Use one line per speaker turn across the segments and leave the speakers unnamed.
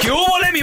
¿Qué hubo, le, mi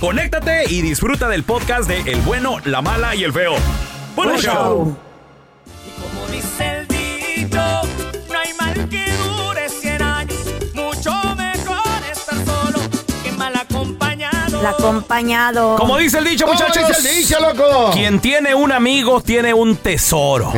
conéctate y disfruta del podcast de El bueno, la mala y el feo. ¡Buen
Buen
show!
show. Como dice el dicho, no hay mal que dure 100 años. Mucho mejor estar solo que mal acompañado.
La acompañado.
Como dice el dicho, muchachos. Quien tiene un amigo tiene un tesoro.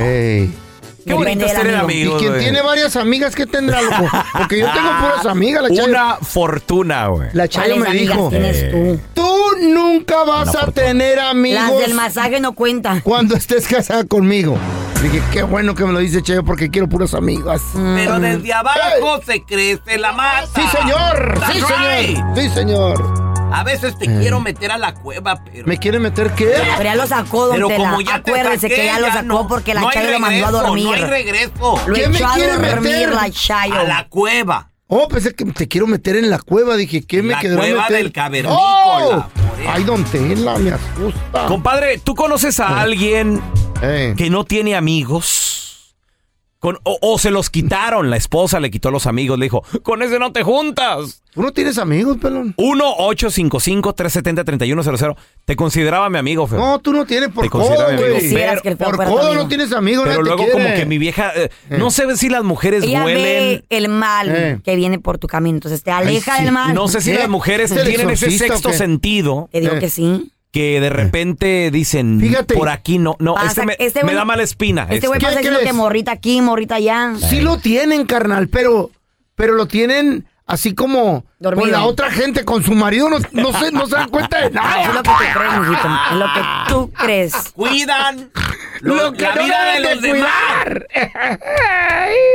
Qué bonito es tener amigos.
Y quien
güey. Ah,
tiene varias amigas, ¿qué tendrá, loco? Porque yo tengo puras amigas, la Chayo.
Una fortuna, güey.
La Chayo me
¿Cuáles amigas
dijo.
tienes tú?
Tú nunca vas a tener
Las
amigos
del masaje no cuentan.
cuando estés casada conmigo. Dije, qué bueno que me lo dice Chayo porque quiero puras amigas.
Pero desde abajo se crece la mata.
Sí, señor. Sí,
That's right.
señor. Sí, señor.
A veces te quiero meter a la cueva, pero.
¿Me quiere meter qué?
Pero ya lo sacó, don
Pero
Tela.
como ya te
Acuérdese
saqué,
que ya lo
ya
sacó
no-
porque la
no hay
Chayo lo mandó a
regreso,
dormir.
No hay regreso.
Lo
¿Qué me
echó a
quiere
dormir
meter?
la Chayo.
A la cueva.
Oh, pensé que te quiero meter en la cueva. Dije, ¿qué me
La
quedará
cueva
meter?
del cavernícola,
Oh,
por eso.
Ay, don Tela, me asusta.
Compadre, ¿tú conoces a alguien
Eh.
que no tiene amigos? Con, o, o se los quitaron, la esposa le quitó a los amigos, le dijo, con ese no te juntas.
¿Tú no tienes amigos, pelón?
1-855-370-3100. Te consideraba mi amigo, feo.
No, tú no tienes por
Te
codo,
consideraba mi amigo.
güey.
Quisieras que el feo
Por
fuera tu
codo
amigo.
no tienes amigos,
Pero
nadie te
luego
quiere.
como que mi vieja... eh, No sé si las mujeres
Ella
huelen...
ve el mal
Eh.
que viene por tu camino, entonces te aleja
sí.
del mal. ¿Eh?
No sé si
¿Qué?
las mujeres
¿Es el
tienen ese
exorcista o
sexto
qué?
sentido
Te digo
Eh.
que sí.
que de repente dicen,
Fíjate.
por aquí no, no,
Pasa-
este me,
este
me
güey-
da mala espina.
Este güey
¿Qué
pasa diciendo
crees?
que morrita aquí, morrita allá.
Sí lo tienen, carnal, pero, pero lo tienen así como
Dormido.
con la otra gente, con su marido, no, no se, no se dan cuenta de
Es lo
nada.
que te crees, mijito. Es lo que tú crees.
Cuidan lo- la vida de
deben
los demás.
cuidar,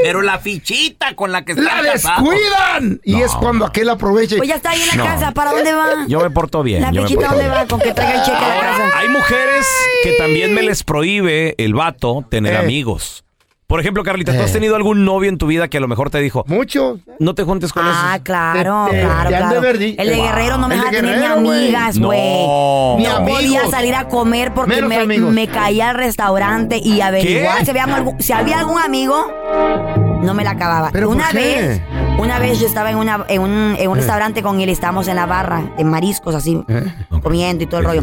Pero la fichita con la que
la
están casados.
descuidan. Y es cuando aquel aproveche.
Pues ya está ahí en la
No.
casa, ¿para dónde va?
Yo me porto bien.
la
yo me
fichita,
porto
¿dónde
bien.
va? Con que traiga el cheque a la
Ahora,
casa.
hay mujeres que también me les prohíbe el vato tener
Eh.
amigos. Por ejemplo, Carlita, ¿tú has
Eh.
tenido algún novio en tu vida que a lo mejor te dijo,
Mucho.
no te juntes con
Ah,
esos?
claro,
Te- te-
claro,
te Este, han de
claro.
haber dicho.
El de
Wow.
Guerrero no me
El de
dejaba tener ni
Guerrero, güey.
amigas,
No.
güey.
Ni
No
amigos.
podía salir a comer porque
Menos
me,
amigos.
me caía al restaurante y averiguar
¿Qué?
si había, algún, si había algún amigo, no me la acababa.
¿Pero por
una
qué? Eh.
vez, una vez yo estaba en, una, en un, en un restaurante con él, estábamos en la barra, en mariscos así, comiendo y todo el rollo.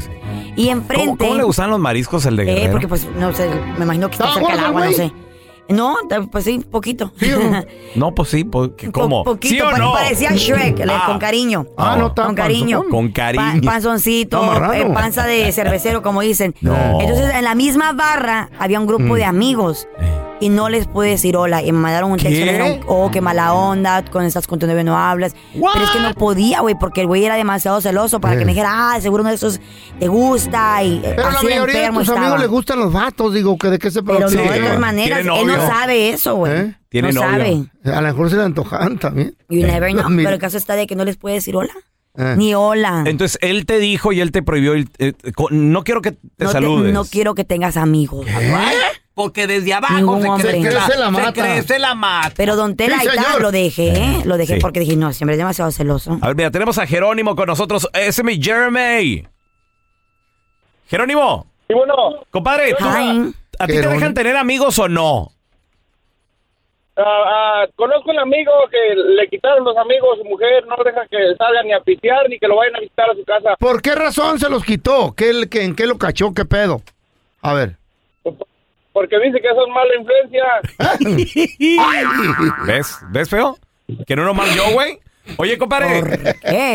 Y enfrente.
¿Cómo, cómo le gustan los mariscos al de
Eh,
Guerrero?
porque pues, no sé, me imagino que está
¿Estaba
cerca del
gordo
agua,
el
no
güey?
sé. No, pues sí, poquito.
Sí, ¿no?
No, pues sí, porque,
Po-
¿cómo?
poquito, pues,
¿Sí o
pa-
no?
parecía Shrek, le-
Ah.
con cariño.
Ah, no, tan
Con cariño.
panzón.
Con cariño.
Pa- panzoncito,
Está marrano.
eh, panza de cervecero, como dicen.
No.
Mm.
Entonces, en la misma barra había un grupo de amigos. y no les pude decir hola. Y me mandaron un texto y me dijeron, oh, qué mala onda, con estás con tu novio no hablas. Pero es que no podía, güey, porque el güey era demasiado celoso para que me dijera, ah, seguro uno de esos te gusta. Y
Eh.
eh,
Pero a la
así de
mayoría de
enfermo
tus
estaba.
amigos les gustan los vatos, digo, que de qué se
Pero
preocupan.
no, de todas maneras, él no sabe eso, güey.
¿Eh? Tiene
no
novio.
sabe.
A lo mejor se le antojan también.
You never know.
Mira.
Pero el caso está de que no les puede decir hola.
Eh.
Ni hola.
Entonces él te dijo y él te prohibió. el- eh, co- no quiero que te
No, te-
saludes.
no quiero que tengas amigos.
Porque desde abajo
Ningún
se
hombre.
crece,
Se crece
la,
la
se
mata.
crece la mata.
Pero Don Tela,
Sí,
ahí está,
señor.
lo dejé, ¿eh? Lo dejé
Sí.
porque dije, no, siempre es demasiado celoso.
A ver, mira, tenemos a Jerónimo con nosotros. Ese es mi Jeremy. Jerónimo.
Y bueno.
Compadre, ¿tú- ¿a ti te
Jerónimo.
dejan tener amigos o no?
Ah, ah, conozco un amigo que le quitaron los amigos, su mujer no deja que salgan ni a pitear ni que lo vayan a visitar a su casa.
¿Por qué razón se los quitó? ¿Qué, el- que- ¿En qué lo cachó? ¿Qué pedo? A ver.
Porque dice que son mala
Ah,
influencia.
¿Ves? ¿Ves, feo? Que no nomás yo, güey. Oye, compadre.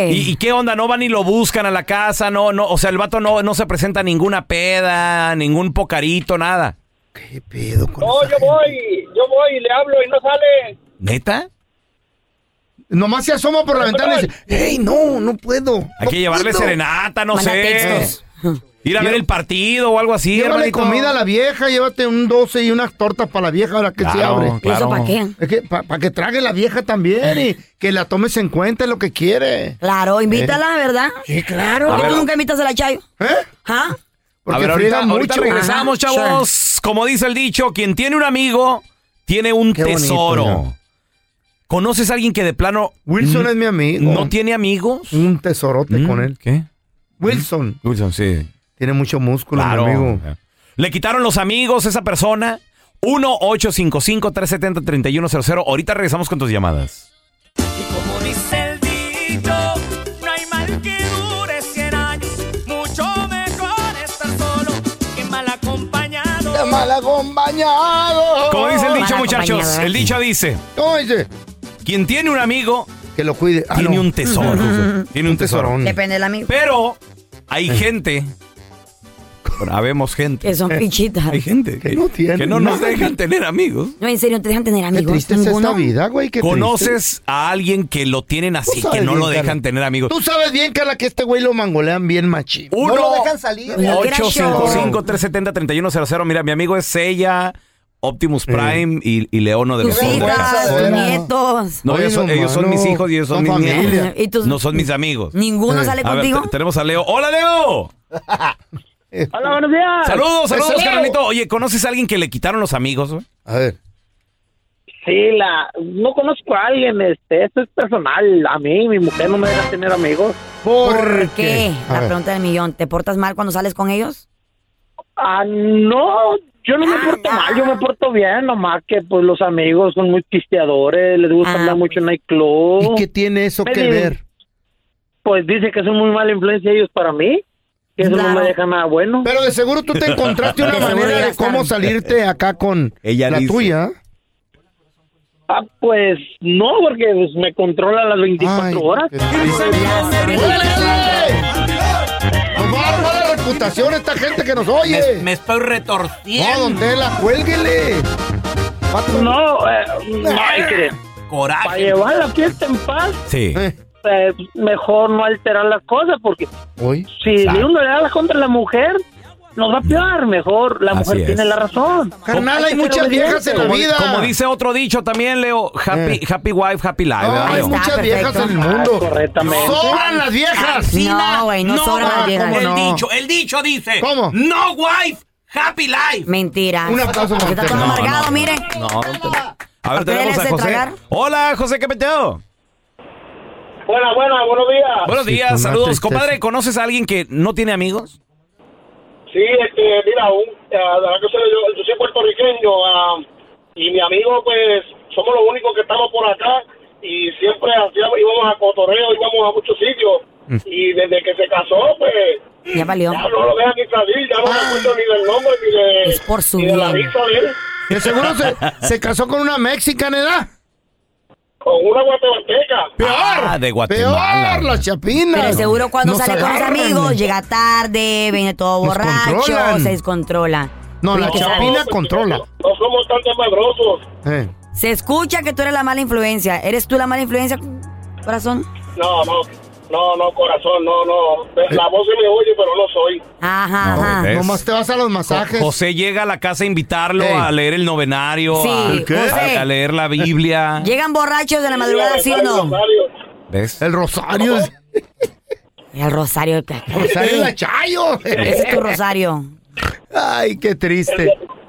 ¿Y, y qué onda? ¿No van y lo buscan a la casa? No, no. O sea, el vato no, no se presenta a ninguna peda, ningún pocarito, nada.
no,
pues,
yo voy, yo voy y le hablo y no sale.
¿Neta?
Nomás se asoma por la ventana y dice, ¡Ey, no, no puedo!
Hay que llevarle
puedo.
serenata, no
Manda
sé.
textos.
Ir a ver el partido o algo así,
Llévale
hermanito.
comida a la vieja, llévate un 12 y unas tortas para la vieja ahora que se
Claro,
abre.
¿Y eso claro. pa' qué?
Es que para que trague la vieja también y que la tomes en cuenta es lo que quiere. Eh,
Claro, invítala, ¿verdad?
Sí, claro.
¿Por qué
A
tú
ver.
nunca invitas a la Chayo?
¿Eh?
¿Ah?
a ver, ahorita, ahorita regresamos,
Ajá,
chavos.
sure.
Como dice el dicho, quien tiene un amigo, tiene un
Qué bonito,
tesoro.
ya.
¿Conoces a alguien que de plano...
Wilson es mi amigo.
¿No tiene amigos?
Un tesorote con él.
¿Mm? ¿Qué?
Wilson.
Wilson, sí.
Tiene mucho músculo, mi
Claro.
amigo.
¿Le quitaron los amigos a esa persona? 1-855-370-3100. Ahorita regresamos con tus llamadas.
Como dice el dicho, no hay mal que dure 100 años. Mucho mejor estar solo que mal acompañado.
Está mal acompañado.
Como dice el dicho, muchachos, el dicho dice...
¿Cómo dice?
Quien tiene un amigo...
Que lo cuide. Ah,
tiene
no.
un tesoro. tiene un tesoro.
Depende del amigo.
Pero Hay gente... bueno, habemos gente.
Que son fichitas.
Hay gente que, no, que no nos
nada.
dejan tener amigos.
No, en serio, no te dejan tener amigos.
triste es
¿Ninguno?
esta vida, güey. qué
¿Conoces a alguien que lo tienen así,
Tú
que
sabes
no
bien,
lo dejan
Carla.
tener amigos?
Tú sabes bien, Carla, que este güey lo mangolean bien machín.
Uno,
no lo dejan salir.
855-370-3100. Mira, mi amigo es Sella, Optimus Prime y, y Leono de
Tus
los
hijas, tus
Podcasts.
nietos.
No, ellos son, ellos son mis hijos y ellos son, mis nietos.
¿Y tus-
No son mis amigos.
¿Ninguno sale
A ver,
contigo?
te- tenemos a Leo. ¡Hola, Leo!
Hola, buenos días.
Saludos, saludos,
Leo.
carnalito. Oye, ¿conoces a alguien que le quitaron los amigos? güey?
A ver.
Sí, la, no conozco a alguien, este, esto es personal. A mí, mi mujer no me deja tener amigos.
¿Por qué? La pregunta del millón. ¿Te portas mal cuando sales con ellos?
Ah, no, yo no me porto mal, yo me porto bien, nomás que pues los amigos son muy pisteadores, les gusta
Ah,
andar mucho en nightclub.
¿Y qué tiene eso
Me
que
di-
ver?
Pues dice que son muy mala influencia ellos para mí, que eso no
Claro.
me deja nada bueno.
Pero de seguro tú te encontraste una manera de cómo salirte acá con
Ella
la
dice.
tuya.
Ah, pues no, porque pues, me controla las 24 horas.
Nos va a dar mala reputación esta gente que nos oye.
Me, me estoy retorciendo.
No, don Tela, cuélguele.
No, eh, ay, que-
Coraje.
para llevar la fiesta en paz,
Sí.
eh, mejor no alterar las cosas, porque
Hoy.
si le uno le da la contra a la mujer, nos va a peor. Mejor la
Así
mujer
es.
tiene la razón.
Carnal, hay
que
muchas
ser
viejas en la
obediente.
Como,
vida.
como dice otro dicho también, Leo, happy, happy wife, happy life. ¿verdad,
hay
Leo?
muchas viejas en el mundo.
correctamente.
Sobran las viejas.
No, güey, no, sobran las viejas.
El dicho, el dicho dice.
¿Cómo?
No wife, happy life.
Mentira.
Un aplauso para
Porque está
usted.
todo
No,
amargado,
no,
miren.
No, no te- A ver,
¿A qué le
tenemos a
hace
José.
tragar?
Hola, José, ¿qué peteo?
Buena, buena, buenos días.
Buenos
Sí,
días,
con una
saludos.
tristeza.
Compadre, ¿conoces a alguien que no tiene amigos?
Sí, este, mira, un, ah, la verdad que soy yo, yo soy puertorriqueño ah, y mi amigo, pues, somos los únicos que estamos por acá y siempre hacíamos, íbamos a cotorreo, íbamos a muchos sitios y desde que se casó, pues,
Ya valió. Ah.
ya no lo dejan ni salir, ya no me acuerdo ni del nombre ni de,
Es Pues por su
ni de la
bien.
risa de él,
De seguro se, se casó con una mexicana, ¿verdad?
con una guatemalteca.
Peor.
Ah, de Guatemala.
Peor, la chapina.
Pero seguro cuando
Nos
sale con los
agarran,
amigos,
güey.
llega tarde, viene todo
Nos
borracho,
controlan.
se descontrola.
No, la
Oye, ¿qué sabe?
chapina controla.
No somos tan desmadrosos.
Eh.
Se escucha que tú eres la mala influencia. ¿Eres tú la mala influencia, corazón?
No, no, no, no, corazón, no, no. La voz se me oye, pero no soy.
Ajá, ajá.
¿ves?
Nomás te vas a los masajes.
José llega a la casa a invitarlo
Ey.
a leer el novenario,
Sí,
a-
¿El qué? José.
a, a leer la Biblia.
¿Llegan borrachos de la madrugada, sí o no?
¿Ves?
El rosario.
El rosario.
El rosario de Chayo.
Ese es tu rosario.
Ay, qué triste.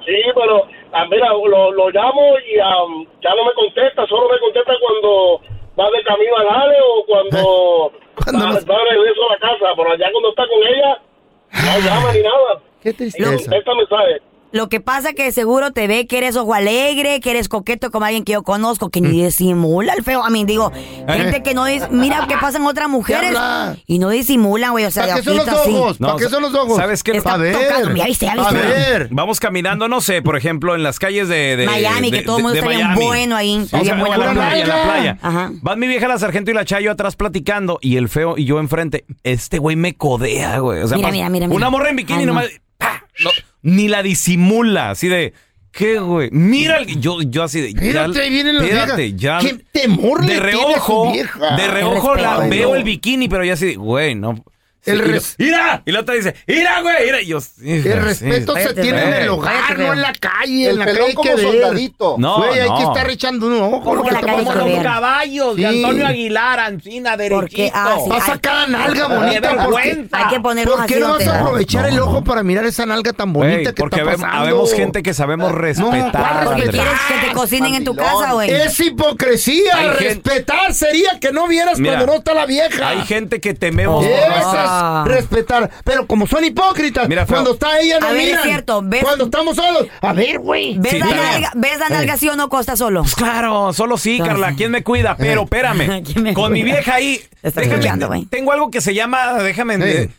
Sí, pero, ah, mira, lo, lo llamo y am, ya no me contesta, solo me contesta cuando va de camino a Dale o cuando,
Cuando
va,
los-
va de regreso a la casa, pero allá cuando está con ella, no llama ni nada.
Qué
No
tristeza.
contesta mensajes.
Lo que pasa que seguro te ve que eres ojo alegre, que eres coqueto como alguien que yo conozco, que
Mm.
ni disimula el feo. A mí digo, gente que no dis mira qué pasan otras mujeres
Eh. habla?
y no disimulan, güey. O sea, de
¿Para qué son los
ojito así.
ojos? ¿Para
No,
qué
sa-
son los ojos?
¿sabes qué?
Está
A ver.
tocando, mira, ahí se- ahí
A
se-
ver.
Vamos caminando, no sé, por ejemplo, en las calles de, de-
Miami,
de-
que todo el
de-
mundo
de
está bien
Miami.
bueno ahí,
O
bien
sea,
buena
o en la
onda.
playa, en la playa.
Ajá.
Van mi vieja, la sargento y la chayo atrás platicando y el feo y yo enfrente. Este güey me codea, güey. O sea,
Mira,
pas-
mira, mira, mira.
Una morra en bikini
Ay, no.
nomás. ¡pa! No, ni la disimula, así de. ¿Qué, güey? Mira, el- yo, yo así de. ya-
Espérate, ahí vienen las
espérate,
viejas.
ya.
¿Qué temor le
de
tiene a su
reojo,
vieja?
de reojo
Qué
la
respeto.
veo el bikini, pero ya así, de, güey, no. Sí,
El
y lo-
res-
¡Mira! Y la otra dice, ¡Mira, güey! ¡Mira! Y yo,
El respeto se
Cállate,
tiene en
güey.
el hogar,
Cállate,
no
güey.
en la calle. En
El
la calle
pelón
hay que
como
ver.
soldadito.
No,
Güey, hay
no.
que estar echando un ojo.
¿Cómo
lo
que
que
la calle
estamos
se
hablando.
ve?
Caballos
Sí.
de Antonio Aguilar, Ancina,
¿Por qué?
derechito.
Ah, sí.
Vas a
Ay,
sacar la nalga bonita.
vergüenza.
¿por qué?
Hay que ponerlos
¿Por
así.
qué no
don
vas a
Tela.
aprovechar el ojo para mirar esa nalga tan
Güey,
bonita que
porque
está
habem-
pasando?
habemos gente que sabemos respetar.
¿cuál
Porque
Andrés.
quieres que te cocinen en tu
Mandilón.
casa, güey.
Es hipocresía.
Hay gente-
respetar sería que no vieras
Mira,
cuando no está la vieja.
Hay gente que tememos por
Esas,
nuestras-
respetar. Pero como son hipócritas,
Mira, feo.
cuando está ella no
A ver,
miran.
es cierto, ¿ves?
Cuando estamos solos, a ver, güey.
¿Ves
Sí,
la
está bien.
nalga- ves la nalga sí o no, Costa, solo?
Pues claro, solo sí,
Claro.
Carla. ¿Quién me cuida? Pero espérame.
¿Quién me
con mi
cuida?
vieja ahí.
Te estás
déjame-
escuchando, güey.
tengo algo que se llama, déjame.
Eh.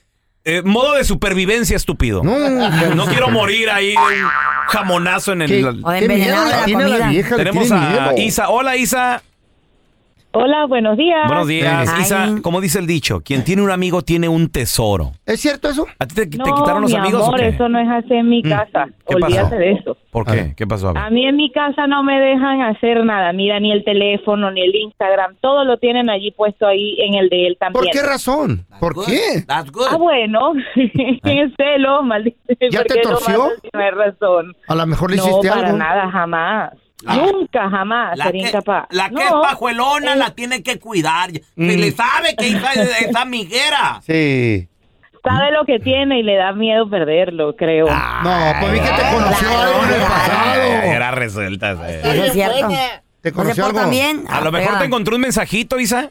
eh, modo de supervivencia, estúpido.
No,
No quiero morir ahí de un jamonazo en el.
qué,
O
qué miedo
envenenado de
la
la
tiene la
comida.
vieja. le
Tenemos
tiene
a
miedo.
Ah, Isa. Hola, Isa.
Hola, buenos días.
Buenos días.
Ay.
Isa, como dice el dicho, quien tiene un amigo tiene un tesoro.
¿Es cierto eso?
¿A ti te, te
No,
quitaron los
mi
amigos
amor,
o qué? Mm.
eso no es así en mi casa.
¿Qué
Olvídate
pasó?
de eso.
¿Por
A
qué?
ver.
¿Qué pasó? A ver.
A mí en mi casa no me dejan hacer nada. Mira, ni el teléfono, ni el Instagram. Todo lo tienen allí puesto ahí en el de él también.
¿Por qué razón? ¿Por qué?
That's good.
Ah, bueno. Tienes celos, oh, maldito.
¿Ya
¿Por
te
qué lo
torció?
mandas si No hay razón.
A lo mejor le
No,
hiciste
para
algo.
nada, jamás. Nunca, jamás
La
sería
que,
incapaz.
la que es
No. Eh.
pajuelona la tiene que cuidar.
Mm.
Se le sabe que hija es esa miguera.
Sí.
Sabe lo que tiene y le da miedo perderlo, creo.
No, pues vi que te conoció
claro,
algo en el
claro.
Ay,
pasado.
Era resuelta. sí.
Eso es cierto.
¿Te
No se
conoció algo?
portan bien.
A lo
ah,
mejor
pega.
te encontró un mensajito, Isa.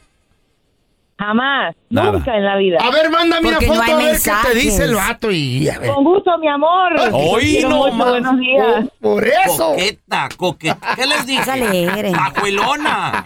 Jamás.
Nada.
Nunca en la vida.
A ver, mándame una
Porque no
foto
hay
a ver qué te
mensajes.
dice el vato y a ver.
Con gusto, mi amor.
Hoy
Te quiero
no
mucho,
más.
Buenos días.
Oh, Por eso.
Coqueta, coqueta. ¿Qué les
Es
dije?
alegre.
Pajuelona.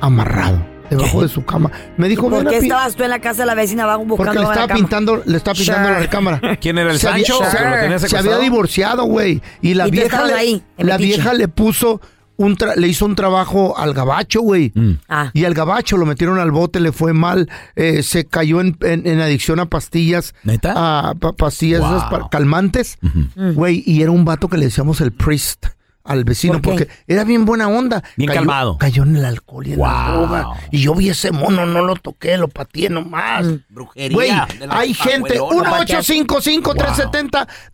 amarrado debajo de su cama. Me dijo,
¿Por
"Ven a
qué
pi-".
estabas tú en la casa de la vecina abajo buscando
Porque le
la
estaba
cama?
pintando, le estaba pintando
Sure.
la recámara.
¿Quién era, el
Se
Sancho,
había-
que lo tenía
se
secuestrado?
había divorciado, güey. Y la
Y tú
vieja
estabas
le,
ahí, en
la
metiche.
vieja le puso un tra- le hizo un trabajo al gabacho, güey.
Mm.
Ah.
Y al gabacho lo metieron al bote, le fue mal, eh, se cayó en, en- en adicción a pastillas. ¿Neta? A pa- pastillas
Wow.
esas pa- calmantes.
Mm.
Güey, y era un vato que le decíamos el priest al vecino
¿Por qué?
porque era bien buena onda.
Bien
Cayó-
calmado.
Cayó en el alcohol y en la
Wow.
droga. Y yo vi ese mono, no lo toqué, lo pateé nomás.
Mm.
Brujería. Güey,
de la
hay gente.
pajuelona.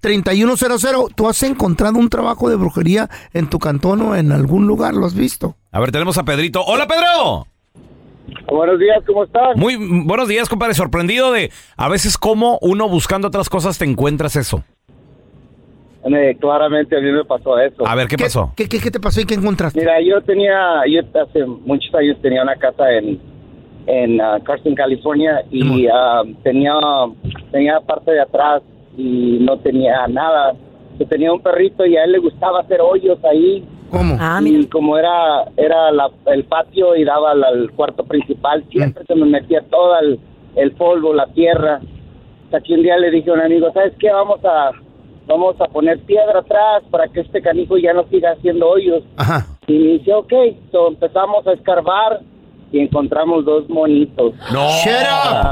1-855-370-3100. ¿Tú has encontrado un trabajo de brujería en tu cantón o en algún lugar? ¿Lo has visto?
A ver, tenemos a Pedrito. ¡Hola, Pedro!
Buenos días, ¿cómo estás?
Muy mm, buenos días, compadre. Sorprendido de a veces cómo uno buscando otras cosas te encuentras eso.
Eh, claramente a mí me pasó eso.
A ver, ¿qué, pasó?
¿Qué, qué, qué te pasó y qué encontraste?
Mira, yo tenía, yo hace muchos años tenía una casa en, en ah, Carson, California y ah, tenía, tenía parte de atrás y no tenía nada. Yo tenía un perrito y a él le gustaba hacer hoyos ahí.
¿Cómo?
Ah,
y como era, era la- el patio y daba al- al cuarto principal,
Mm.
siempre se me metía todo el, el polvo, la tierra. Hasta que un día le dije a un amigo, ¿sabes qué? Vamos a, vamos a poner piedra atrás para que este canijo ya no siga haciendo hoyos. Y me dice, ok, So, empezamos a escarbar y encontramos dos monitos. Ah,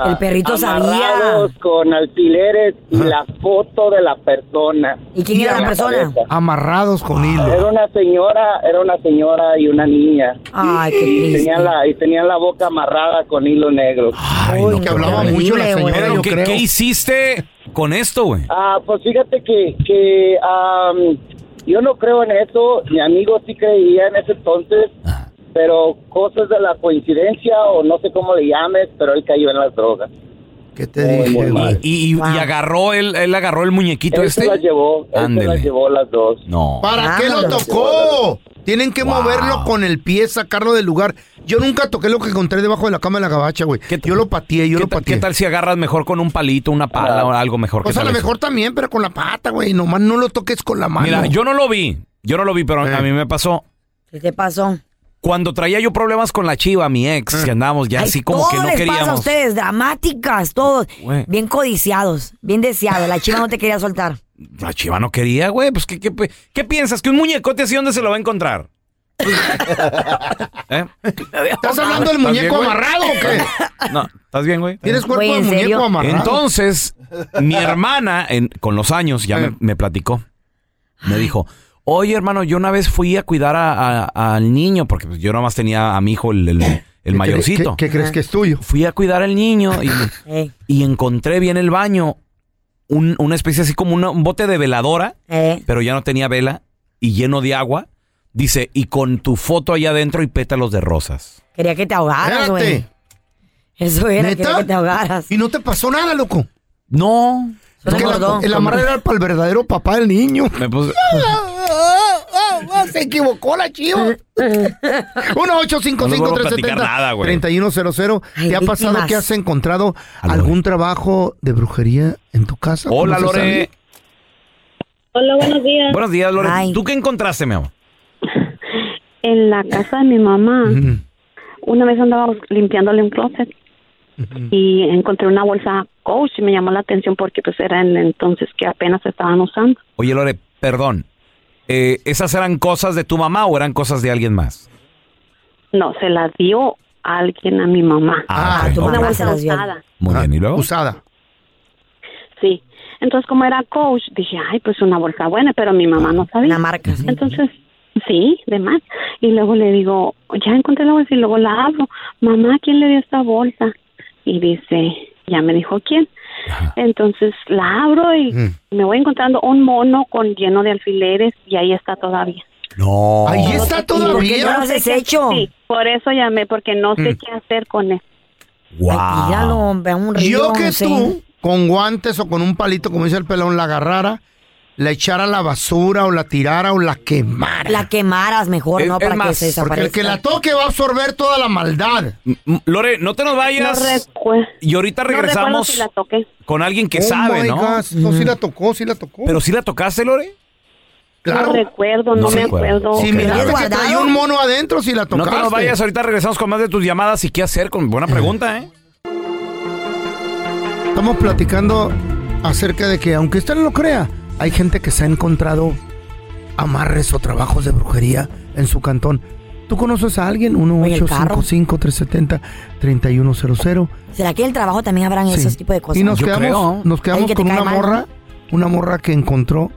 ¡No!
El perrito
amarrados con alfileres y la foto de la persona.
¿Y quién era la persona?
cabeza.
Amarrados con hilo.
Era una señora, era una señora y una niña.
Ay, qué
y
triste.
tenían la Y tenían la boca amarrada con hilo negro.
Ay,
no,
que hablaba mucho la señora,
Pedro,
yo
¿qué,
creo.
qué hiciste con esto, güey?
Ah, pues fíjate que, que am, yo no creo en eso. Mi amigo sí creía en ese entonces, pero cosas de la coincidencia o no sé cómo le llames, pero él cayó en las drogas.
¿Qué te dije, güey?
Y, y- y agarró el, él agarró el muñequito
Él
este.
se las llevó, él se
Ándele.
las llevó las dos.
No.
¿Para qué lo tocó? Tienen que moverlo con el pie, sacarlo del lugar. Yo nunca toqué lo que encontré debajo de la cama de la gabacha, güey. Yo lo pateé, yo lo
¿Qué, ta-
pateé.
qué tal si agarras mejor con un palito, una
Ah.
pala o algo mejor?
O
¿Qué
sea, Pues a lo
tal eso?
mejor también, pero con la pata, güey. Nomás no lo toques con la mano. Eh.
Mira, yo no lo vi. Yo no lo vi, pero a mí me pasó.
¿Qué te pasó?
Cuando traía yo problemas con la chiva, mi ex,
Ah.
que andábamos ya así como
Todo
que no
les pasa a
queríamos.
ustedes, dramáticas, todos.
Güey.
Bien codiciados, bien deseados. La chiva no te quería soltar.
La chiva no quería, güey. Pues, ¿qué, qué, qué piensas? ¿Que un muñecote así dónde se lo va a encontrar? ¿Eh?
¿Estás hablando del muñeco
güey?
amarrado o qué?
No, ¿estás bien, güey?
¿Tienes cuerpo Güey, ¿en de muñeco serio? amarrado?
Entonces, mi hermana, en- con los años, ya
Eh.
me, me platicó. Me dijo, oye, hermano, yo una vez fui a cuidar a- a- al niño, porque pues, yo nomás tenía a mi hijo el, el- el mayorcito.
¿Qué, qué
Ah.
crees que es tuyo?
Fui a cuidar al niño y, y encontré bien el baño un- una especie así como una- un bote de veladora, pero ya no tenía vela y lleno de agua. Dice, y con tu foto allá adentro y pétalos de rosas.
Quería que te ahogaras,
Espérate.
güey. Eso era, quería que te ahogaras.
¿Y no te pasó nada, loco?
No.
Solo
que la-
engordó.
el amarre era para el verdadero papá del niño. Ah,
Me puse...
Se equivocó la chiva. 1-855-370-3100. ¿Te ha pasado
víctimas.
que has encontrado algún trabajo de brujería en tu casa?
Hola,
¿Conoces a alguien?
Lore.
Hola, buenos días.
Buenos días, Lore. ¿Tú qué encontraste, mi amor?
En la casa de mi mamá, una vez andaba limpiándole un closet y encontré una bolsa Coach y me llamó la atención porque pues era en el entonces que apenas se estaban usando.
Oye, Lore, perdón. Eh, ¿Esas eran cosas de tu mamá o eran cosas de alguien más?
No, se la dio alguien a mi mamá.
Ah, ok,
una
ok.
bolsa usada.
Muy bien, ¿y luego?
Ah, Usada.
Sí. Entonces, como era coach, dije, ay, pues una bolsa buena, pero mi mamá no sabía. Una
marca, sí.
Entonces, sí, de más. Y luego le digo, ya encontré la bolsa y luego la abro. Mamá, ¿quién le dio esta bolsa? Y dice, ya me dijo quién. Entonces la abro y me voy encontrando un mono con lleno de alfileres y ahí está todavía.
No.
Ahí está
¿Y por qué
todavía.
no lo has hecho? Sí, por eso llamé, porque no sé
Mm. Ah.
qué hacer con él.
Wow.
tíralo, hombre, a un
Yo
río,
que
no sé.
tú, con guantes o con un palito, como dice el pelón, la agarrara, la echara a la basura o la tirara o la quemara.
La quemaras mejor,
Es-
¿no?
es
Para que
más,
se
porque
desaparezca.
el que la toque va a absorber toda la maldad.
Lore, no te nos vayas. y ahorita regresamos con alguien que
Oh
sabe,
my
¿no?
God, No, sí la tocó, sí la tocó.
Pero sí la tocaste, Lore.
No recuerdo, no,
No
me
se acuerda.
acuerdo.
Sí, mira, ¿Tenías
Que traía un mono adentro si la
No
tocaste.
te nos vayas, ahorita regresamos con más de tus llamadas y qué hacer con buena pregunta, ¿eh?
Estamos platicando acerca de que, aunque usted no lo crea, hay gente que se ha encontrado amarres o trabajos de brujería en su cantón. ¿Tú conoces a alguien?
Oye, el carro.
1-855-370-3100.
¿Será que en el trabajo también habrán
Sí.
esos tipos de cosas?
Y nos quedamos,
Alguien
nos quedamos
que te
con
cae
una
mal,
morra, una morra que encontró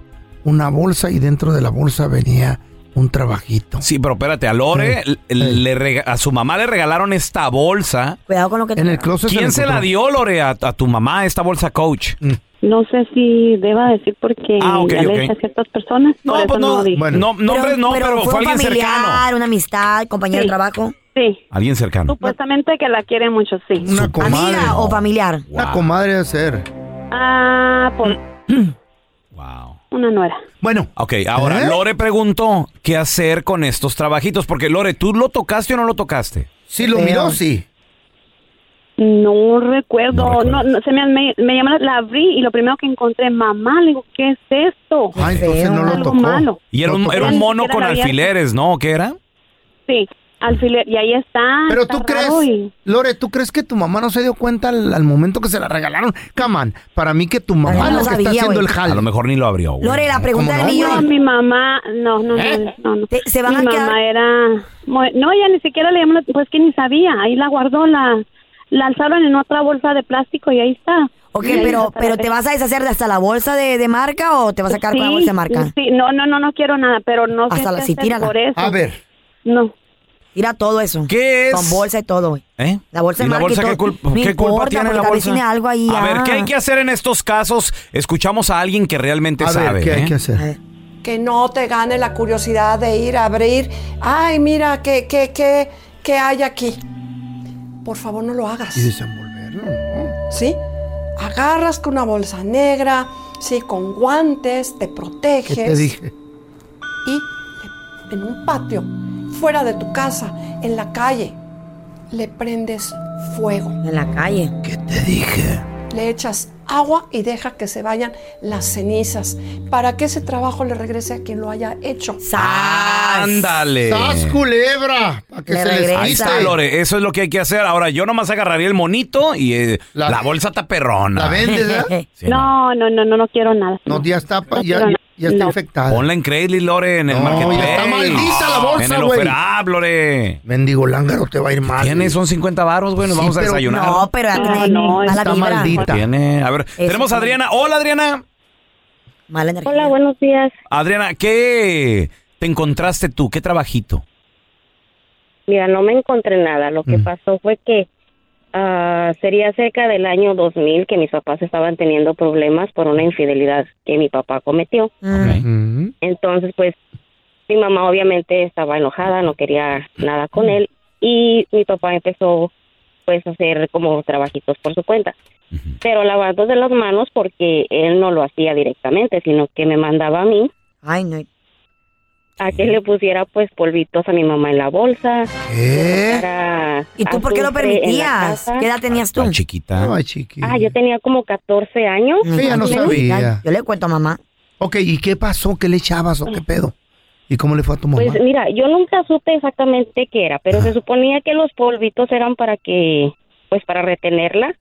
una bolsa y dentro de la bolsa venía un trabajito.
Sí, pero espérate, a
Eh,
Lore, le- le rega- a su mamá le regalaron esta bolsa.
Cuidado con lo que
En el closet
¿Quién se la dio, Lore, a, a tu mamá, esta bolsa coach?
Mm.
No sé si deba decir porque
Ah, ok,
ya le
ok.
dije a ciertas personas.
No,
por eso
pues no,
dije.
bueno. No, no, hombre, no, pero fue
un
alguien
familiar,
cercano.
una amistad, compañero de trabajo.
Sí.
Alguien cercano.
Supuestamente que la quiere mucho, sí.
Una comadre.
Amiga o familiar.
Una comadre de ser.
Ah, por una nuera.
Bueno.
Ok, ahora
¿Eh?
Lore preguntó qué hacer con estos trabajitos, porque Lore, ¿tú lo tocaste o no lo tocaste?
Sí, lo miró, sí.
No recuerdo, no, no, se me, me, me llamó, la- la abrí y lo primero que encontré, mamá, le digo, ¿qué es esto?
Ah, entonces no lo
Algo
tocó.
malo.
Y era
Lo
un,
tocó.
era un
Ni
mono
siquiera
con
la había-
alfileres, ¿no? ¿Qué era?
Sí, alfiler, y ahí está.
Pero
está
tú crees,
raro y-
Lore, ¿tú crees que tu mamá no se dio cuenta al, al momento que se la regalaron? Caman, para mí que tu mamá
Ay, no
es la que
sabía,
está haciendo
güey.
el jale.
A lo mejor ni lo abrió. güey.
Lore, la pregunta del
no,
millón.
mi mamá, no, no,
¿Eh?
no, no, no.
se van
mi
a
mamá
quedar-
era, mu- no, ella ni siquiera le llamó, la- pues que ni sabía, ahí la guardó, la, la alzaron en otra bolsa de plástico y ahí está.
Ok, pero, pero ¿te vas a deshacer de hasta la bolsa de, de marca o te vas a quedar con la bolsa de marca?
Sí, no, no, no, no quiero nada, pero no sé
Hasta
qué
la- sí,
hacer
tírala.
por eso.
A ver.
No.
Tira todo eso.
¿Qué es?
Con bolsa y todo, güey.
¿Eh?
La bolsa
¿Y
de
la
marca
bolsa
y todo.
qué, cul-
No
qué culpa
importa,
tiene
porque
la
tal vez
bolsa?
tiene algo ahí.
A ver, ¿qué hay
ah.
que hacer en estos casos? Escuchamos a alguien que realmente
A ver,
sabe.
¿qué hay
¿eh?
que hacer?
que no te gane la curiosidad de ir a abrir. Ay, mira, ¿qué, qué, qué, qué hay aquí? Por favor, no lo hagas.
Y desenvolverlo, ¿no?
¿Sí? Agarras con una bolsa negra, ¿sí? Con guantes, te
¿Qué
proteges.
te dije?
Y le- en un patio, fuera de tu casa, en la calle, le prendes fuego.
En la calle.
Le echas agua y deja que se vayan las cenizas para que ese trabajo le regrese a quien lo haya hecho.
Ah, Ándale.
¡Sas culebra! Para que
Le
se les
regresa.
quite.
Ahí está, Lore. Eso es lo que hay que hacer. Ahora, yo nomás agarraría el monito y eh, la, bolsa taperrona.
la vendes, ¿eh?
Sí,
no, no, no, no, no quiero nada.
No, ya está, pa- ya,
quiero
ya-
nada.
ya está
No.
infectada.
Ponla en Craigslist, Lore, en el marketplace.
ya está maldita la bolsa,
En el
güey.
oferab, Lore.
Mendigo lángaro, te va a ir mal.
Tienes son 50 baros, güey, nos
Sí,
vamos a
pero-
desayunar.
Ah, No, pero
Ah,
ya tiene mala
está
vibra.
maldita.
Tiene. A ver, tenemos a Adriana. Hola, Adriana.
Mala energía.
Hola, buenos días.
Adriana, ¿qué te encontraste tú? ¿Qué trabajito?
Mira, no me encontré nada. Lo que pasó fue que ah, sería cerca del año 2000 que mis papás estaban teniendo problemas por una infidelidad que mi papá cometió.
é?
Hum. Entonces, pues, mi mamá obviamente estaba enojada, no quería nada con él y mi papá empezó, pues, a hacer como trabajitos por su cuenta. Pero lavando de las manos porque él no lo hacía directamente, sino que me mandaba a mí
Ay, no.
a que le pusiera, pues, polvitos a mi mamá en la bolsa.
¿Y tú por qué lo permitías? ¿Qué edad tenías tú?
chiquita.
Ay, chiqui.
Ah, yo tenía como 14 años.
Sí, ya no
más o menos.
sabía.
Yo le cuento a mamá.
Ok, ¿y qué pasó? ¿Qué le echabas o qué pedo? ¿Y cómo le fue a tu mamá?
Pues mira, yo nunca supe exactamente qué era, pero
Ah.
se suponía que los polvitos eran para que, pues para retenerla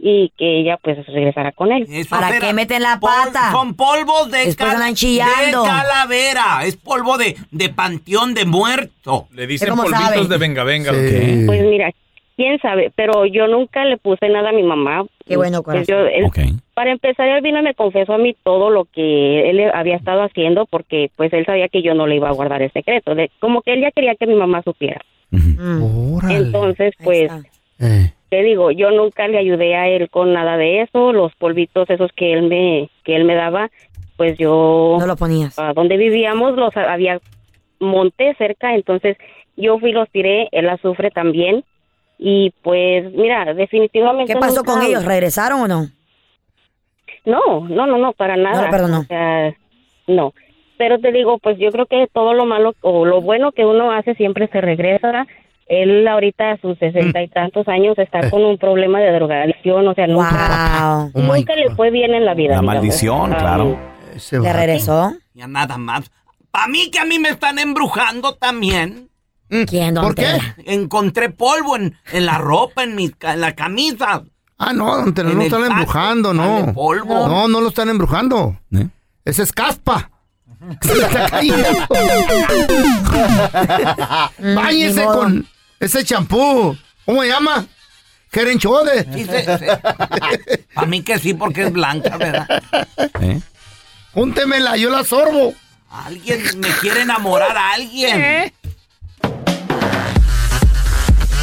y que ella pues regresara con él.
¿Para qué meten la pata?
Con polvos de,
Después
cal-
andan chillando.
de calavera. Es polvo de, de panteón de muerto.
Le dicen polvitos de venga venga. ¿o qué?
Pues mira, quién sabe, pero yo nunca le puse nada a mi mamá.
Qué bueno,
Pues,
corazón.
él- Para empezar, él vino y me confesó a mí todo lo que él había estado haciendo porque pues él sabía que yo no le iba a guardar el secreto. de- como que él ya quería que mi mamá supiera.
Hum.
Hum. É Entonces, pues, te digo, yo nunca le ayudé a él con nada de eso. Los polvitos esos que él me que él me daba, pues yo
No lo ponías.
a donde vivíamos los había monté cerca, entonces yo fui, los tiré, el azufre también. Y pues, mira, definitivamente.
¿Qué pasó
nunca-
con ellos? ¿Regresaron o no?
No, no, no, no, para nada.
No, perdón, no.
O sea, no. Pero te digo, pues yo creo que todo lo malo o lo bueno que uno hace siempre se regresa. Él ahorita a sus sesenta y
Mm.
tantos años está con un problema de drogadicción, o sea, nunca,
Oh, my
nunca le fue bien en la vida.
La
digamos.
maldición,
Ah,
claro.
¿Le regresó?
Ya nada más. Para mí que a mí me están embrujando también.
Mm.
¿Quién? ¿Por qué?
Encontré polvo en, en la ropa, en, mi, ca- en la camisa.
Ah, no, don Tela, no
En
lo
el
están
saco,
embrujando,
sale
no.
polvo.
No, no lo están embrujando. Ese es caspa. Se le está cayendo.
Mm,
Báñese
ni modo.
con ese champú. ¿Cómo se llama? Gerenchode.
A mí que sí, porque es blanca, ¿verdad?
Júntemela, yo la sorbo.
Alguien me quiere enamorar a alguien.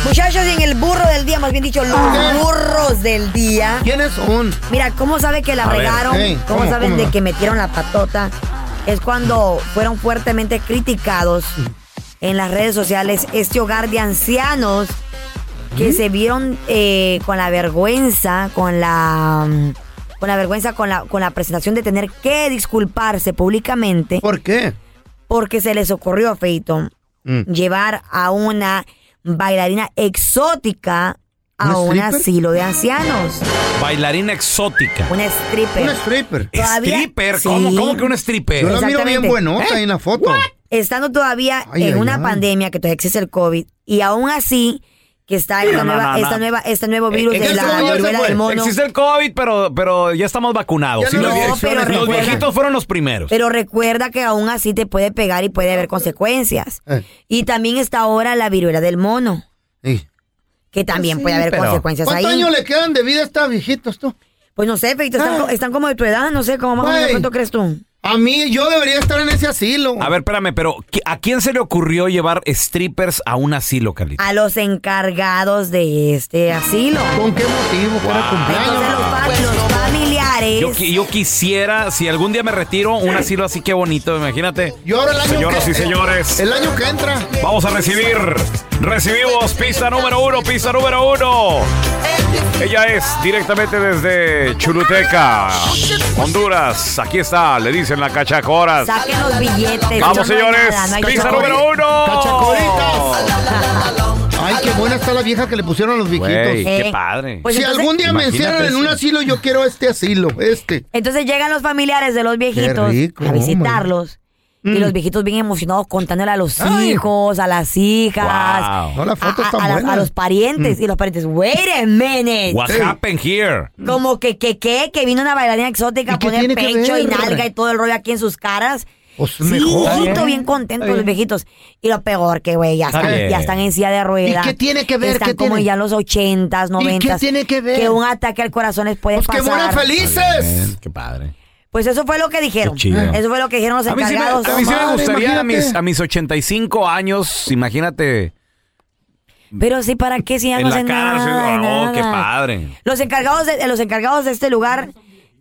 Muchachos, y en el burro del día, más bien dicho, los burros del día.
¿Quiénes son?
Mira, ¿cómo sabe que la
A ver,
regaron?
hey,
¿Cómo,
¿cómo,
saben
cómo?
de que metieron la patota? Es cuando fueron fuertemente criticados en las redes sociales este hogar de ancianos que se vieron eh, con la vergüenza, con la mm, con la vergüenza, con la, con la presentación de tener que disculparse públicamente.
¿Por qué? Mm.
Porque se les ocurrió, Feito, llevar a una bailarina exótica a un
stripper?
asilo de ancianos.
Bailarina exótica.
Una stripper.
Una
stripper.
Todavía-
¿Stripper?
Sí.
¿Cómo, cómo que una stripper?
Exactamente.
buenota ahí en la foto.
Estando todavía
Ay,
en
ay,
una
ay.
pandemia que todavía existe el COVID y aún así que está esta
No, no,
nueva,
no, no.
esta nueva, este nuevo virus
Eh,
de
existe
la
el-
viruela del mono.
Existe el COVID, pero, pero ya estamos vacunados.
Ya
Sí,
no
los,
hay
viejitos-
elecciones,
los
no,
viejitos fueron los primeros.
Pero recuerda que aún así te puede pegar y puede haber consecuencias.
Eh.
Y también está ahora la viruela del mono.
Sí.
Que también
Pues
Sí,
puede haber
pero-
consecuencias ahí.
¿Cuántos años le quedan de vida a estos viejitos tú? Ah.
Pues no sé, Feito, están, co- están como de tu edad, no sé, como más o menos
Güey.
cuánto crees tú.
A mí, yo debería estar en ese asilo.
A ver, espérame, pero ¿qui- ¿a quién se le ocurrió llevar strippers a un asilo, Carlita?
A los encargados de este asilo.
¿Con qué motivo?
¿Qué era cumpleaños?
Los familiares.
Yo, qui- yo quisiera, si algún día me retiro, un asilo así que bonito, imagínate.
Yo ahora el año
Señoras
que-
y señores.
El año que entra.
Vamos a recibir. Recibimos pista número uno, pista número uno. Ella es directamente desde Chuluteca, Honduras. Aquí está, le dicen la cachacoras.
Saquen los billetes.
Vamos,
no hay
señores,
nada, no hay
pista
chocolate.
número uno.
Ay, qué buena está la vieja que le pusieron a los viejitos.
Güey, qué Eh, padre. pues
si
entonces-
algún día me
Imagínate
encierran en un
eso.
asilo, yo quiero este asilo, este.
Entonces llegan los familiares de los viejitos
rico,
a visitarlos. Y
Mm.
los viejitos bien emocionados contándole a los hijos, a las hijas,
Wow. No, la foto
a,
está
a las-
buena.
a los parientes. Y los parientes, wait a minute.
What happened here?
Mm. Como que, que, que, que vino una bailarina exótica a poner
tiene que
pecho y
ver?
nalga y todo el rollo aquí en sus caras.
Pues
Sí,
mejor.
hijito,
Está bien.
bien contentos
Está bien.
los viejitos. Y lo peor que, güey, ya,
Está
están-
bien.
ya están en silla de ruedas.
¿Y qué tiene que ver?
Están
¿Qué
como
tiene?
ya en los ochentas, noventas.
tiene que ver? Pues,
Que un ataque al corazón les puede
¡Que
pasar.
mueran felices!
Qué padre.
Pues eso fue lo que dijeron.
Qué chido.
Eso fue lo que dijeron los
A mí sí me,
encargados.
a mí sí me gustaría a mis, a mis 85 años, imagínate,
Pero sí, ¿para qué si ya no
en la
hacen
cárcel.
nada?
oh, qué
nada?
padre.
Los encargados de, los encargados de este lugar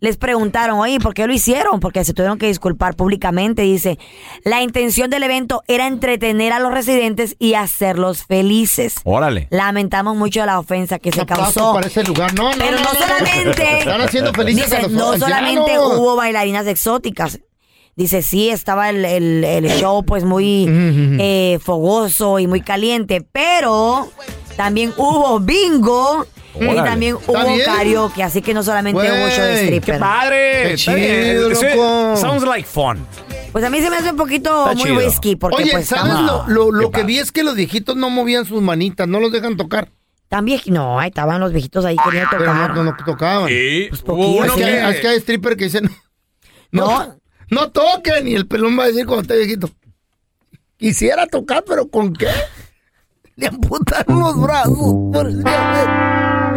les preguntaron, oye, ¿por qué lo hicieron? Porque se tuvieron que disculpar públicamente. Dice, la intención del evento era entretener a los residentes y hacerlos felices.
Órale.
Lamentamos mucho la ofensa que se
Aplausos
causó.
para ese lugar. Ah, No, no,
Pero no,
no, no, no.
solamente.
Están haciendo felices
Dice,
a los
no solamente
ancianos.
hubo bailarinas exóticas. Dice, sí, estaba el, el- el show pues muy eh, fogoso y muy caliente, pero también hubo bingo y
Órale.
también
Está
hubo
bien.
karaoke, así que no solamente hubo show de
Güey,
stripper.
¡Qué padre!
Qué
Está bien.
chido,
Sí,
loco.
Sounds like fun.
Pues a mí se me hace un poquito
Está
muy
chido.
risky porque
Oye,
pues
¿sabes
estamos-
lo, lo- lo que vi es que los viejitos no movían sus manitas, no los dejan tocar.
Tan vieji- no, ahí estaban los viejitos ahí queriendo
Pero
tocar. Pues
no, no, no tocaban.
poquillo,
Hubo uno
sí.
que, es que hay stripper que dicen, no, no, toquen. Y el pelón va a decir cuando esté viejito, quisiera tocar, pero ¿con qué? Le amputaron los brazos. por el diablo.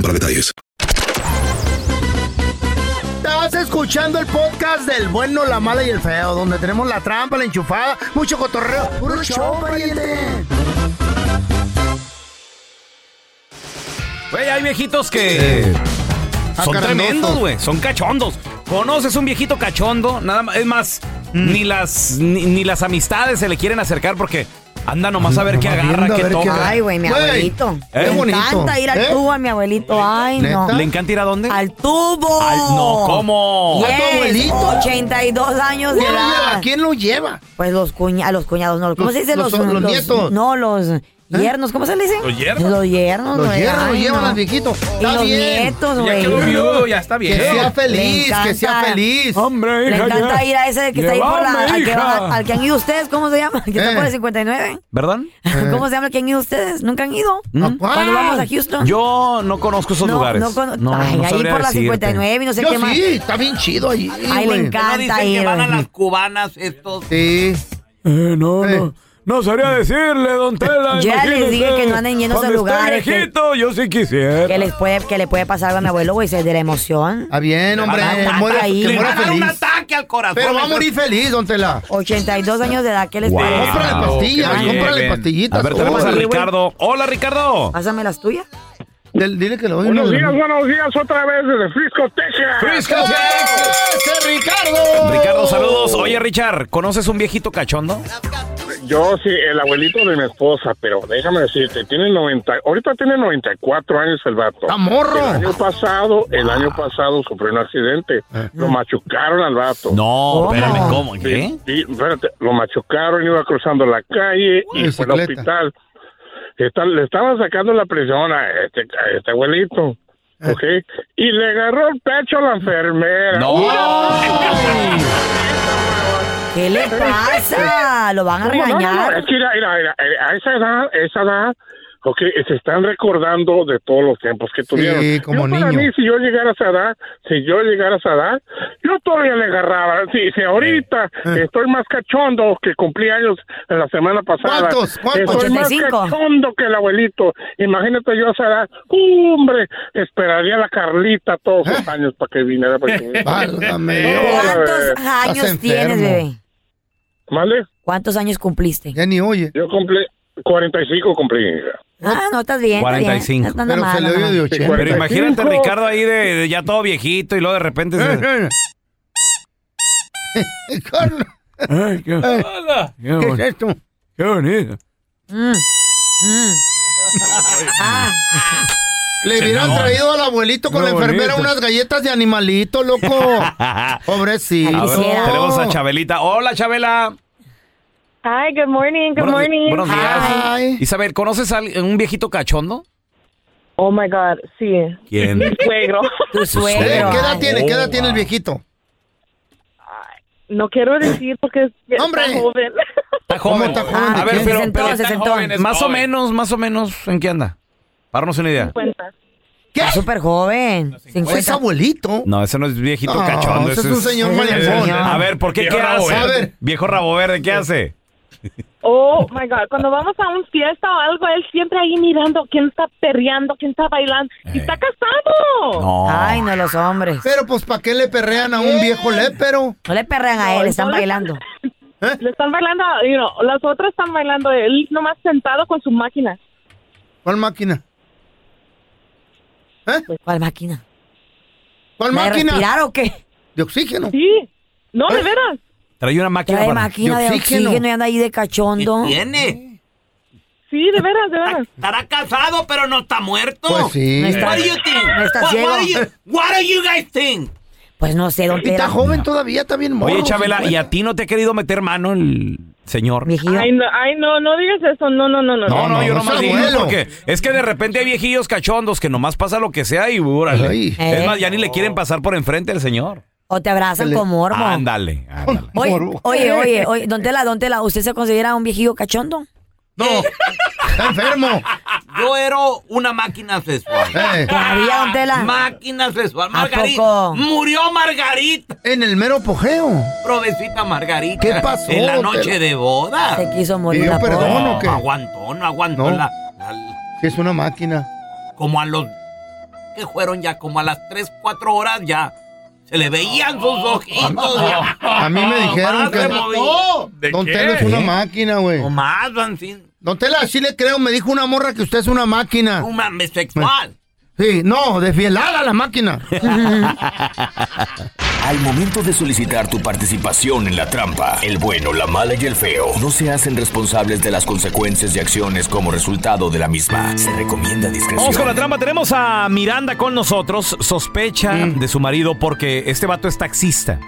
para detalles.
Estás escuchando el podcast del bueno, la mala y el feo, donde tenemos la trampa, la enchufada, mucho cotorreo. ¡Puro show, pariente!
Güey, hay viejitos que son
Ah, carandosos.
tremendos, güey. Son cachondos. ¿Conoces un viejito cachondo? Nada más, es más, ni las ni, ni las amistades se le quieren acercar porque anda Mm, nomás a ver qué agarra, qué toca.
Ay, güey, mi abuelito. Me
¿Eh? Bonito.
encanta ir al
¿Eh?
tubo a mi abuelito. Ay, no.
¿Le encanta ir a dónde?
Al tubo.
Al- no, ¿cómo?
Yes,
¿A tu abuelito?
82 años de
¿Quién lo
edad.
lleva?
¿Quién lo lleva?
Pues los cuñados, los cuñados no. ¿Cómo
Los-
se dice?
los- los nietos.
No, los yernos. ¿Cómo se le dice?
¿Los yernos?
Los yernos.
Los
güey.
yernos
Ay,
llevan
no.
al viejito.
Y
Está
los
bien.
nietos,
Ya
güey.
quedó viudo, ya está bien. Que sea feliz,
Le
que sea
encanta-
feliz. Hombre,
Le
hija,
encanta
ya.
ir a ese que está ahí por la...
Llévame,
Al que,
hija.
van- al que han ido ustedes, ¿cómo se llama? El
Eh.
que está por el 59.
¿Verdad? ¿Mm?
¿Cómo se llama el que han ido ustedes? ¿Nunca han ido? Cuando vamos a Houston.
Yo no conozco esos
No,
lugares.
no cono- Ay, ahí
sabría
por la
decirte.
59 y no sé qué más.
está bien chido ahí.
Ay, le
No
encanta eh.
dicen
ir.
que van a
güey.
las cubanas estos.
Sí.
Eh, no, no. No sabría decirle, don Tela.
Ya les
imagínese.
dije que no anden yendo a esos
Cuando esté
lugares, que-
viejito, yo sí quisiera.
Que les puede, que le puede pasar a mi abuelo, güey, se- de la emoción.
Está bien, hombre.
Le van a
que
dar
muera-
Ah, ahí.
que
Le
muera
van a dar
feliz.
un
ataque al corazón.
Pero va a morir feliz, don Tela.
82 años de edad, ¿qué les
Wow.
parece?
Cómprale pastillas, cómprale pastillitas.
A ver, tenemos a
Órale, güey.
Ricardo. Hola, Ricardo.
Pásame las tuyas.
Del- Dile que lo oigan.
Buenos días, buenos días, otra vez desde Frisco, Texas.
Frisco,
Texas, Ricardo.
Ricardo, saludos. Oye, Richard, ¿conoces un viejito cachondo?
Yo sí, el abuelito de mi esposa, pero déjame decirte, tiene 90, ahorita tiene 94 años el vato.
¡Ah,
morro!
El año pasado, el año pasado sufrió un accidente. Lo machucaron al vato.
Eh.
Oh.
No, espérame, ¿cómo? ¿Qué?
Sí, sí, espérate, lo machucaron, iba cruzando la calle y fue al hospital. Está- le estaban sacando la prisión a este, a este abuelito.
Eh.
¿ok? Y le agarró el pecho a la enfermera.
¿Qué le pasa? Lo van a
¿Cómo no? No,
regañar.
es que mira, mira, mira, eh, a esa edad, esa edad, ok, se están recordando de todos los tiempos que tuvieron.
como
yo, Para
niño.
mí, si yo llegara a esa edad, si yo llegara a esa edad, yo todavía le agarraba. Si, si ahorita
Eh,
estoy más cachondo que cumplí años en la semana pasada.
¿Cuántos? ¿Cuántos?
Estoy
85.
más cachondo que el abuelito. Imagínate yo a esa edad, hombre, esperaría a la Carlita todos
¿Eh?
los años para que viniera. para que-
Válgame.
Hola, bebé.
¿Cuántos años tienes, bebé?
¿Mande?
¿Cuántos años cumpliste?
Ya ni oye.
Yo cumplí 45 cumplí.
Ah, no, estás bien. estás bien.
45.
No estás nada mal, nada mal.
Pero imagínate a
45.
Ricardo ahí de, de ya todo viejito y luego de repente.
Eh,
Eh,
se- Ay, qué-
Eh,
qué
¿Qué es
bonito.
esto?
Qué bonito.
Mm, mm. Ah,
Le
Se
hubieran
enamora.
traído al abuelito con
Qué
la enfermera
bonito.
unas galletas de animalito, loco. Pobrecito.
A ver,
Quisiera.
tenemos
Oh.
a Chabelita. Hola, Chabela.
Hi, good morning, good
Buenos di-
morning.
Buenos días. Isabel, ¿conoces a alguien- un viejito cachondo?
Oh my God, sí.
¿Quién?
Mi suegro.
Tu suegro.
Eh, ¿Qué edad
Ay.
tiene? ¿Qué edad tiene el
Oh,
viejito?
No quiero decir porque es está joven.
Está joven. A
Ah,
ver, pero,
Sesentón,
pero-
sesentón. joven, es
más o
joven.
menos, más o menos, ¿en qué anda? Parnos una idea.
¿Qué?
Súper joven. 50.
Es abuelito.
No, ese no es viejito
No,
cachondo.
ese
ese
es un señor
ese-
mañanón.
A ver, ¿por qué
Viejo
qué
rabo
hace?
verde. A ver.
Viejo rabo verde, ¿qué hace?
Oh my God, cuando vamos a un fiesta o algo, él siempre ahí mirando quién está perreando, quién está bailando. Y
Eh.
está casado.
Ay, no los hombres.
Pero pues, ¿para qué le perrean a un viejo lépero?
No le perrean
Ah,
a él, están bailando.
Le están bailando, you know, las otras están bailando, él nomás sentado con su máquina.
¿Cuál máquina? ¿Eh?
Pues, ¿Cuál máquina?
¿Cuál
¿La de
máquina?
respirar o qué?
¿De oxígeno?
Sí. No, de veras.
Trae una máquina.
Trae
para-
máquina de oxígeno. y anda ahí de cachondo.
¿Tiene?
Sí, de veras, de veras.
Estará
ah.
casado, pero Ah, no está muerto.
Pues sí. No está-
What do you think?
no está
what,
ciego.
what do you, what do you guys think?
Pues no sé, don
Y está
Tela.
joven todavía, está bien
Oye, Chabela, ¿y a ti no te ha querido meter mano el señor?
Ay, no, ay, no, no digas eso. No, no, no, no.
No, no, yo no más digo
abuelo.
porque es que de repente hay viejillos cachondos que nomás pasa lo que sea y úrale. Es
Eh.
más, ya ni le quieren pasar por enfrente al señor.
O te abrazan con morbo.
Ándale. ándale.
Oye, oye, oye, oye, don Tela, don Tela, ¿usted se considera un viejillo cachondo?
No, está enfermo. Eh.
Yo era una máquina sexual.
Todavía, don Tela.
Máquina sexual. Margarita.
poco?
Murió Margarita.
En el mero apogeo.
Provecita Margarita.
¿Qué pasó,
En la
Tela?
noche de boda.
¿Se quiso morir ¿Pidió la pobre? perdón o qué?
No, aguantó, no aguantó
No.
la-
Sí, es una máquina.
Como a los que fueron ya, como a las 3, 4 horas ya. Se le veían sus ojitos. ya.
A mí me dijeron
Más
que.
se movía.
Don Tela es
¿Eh?
una máquina, güey.
Más, Vancín.
Don Tela, sí le creo. Me dijo una morra que usted es una máquina.
Un mame sexual.
Sí, no, desvielada la máquina.
Al momento de solicitar tu participación en la trampa, el bueno, la mala y el feo no se hacen responsables de las consecuencias y acciones como resultado de la misma. Se recomienda discreción.
Vamos con la trampa. Tenemos a Miranda con nosotros. Sospecha de su marido porque este vato es taxista.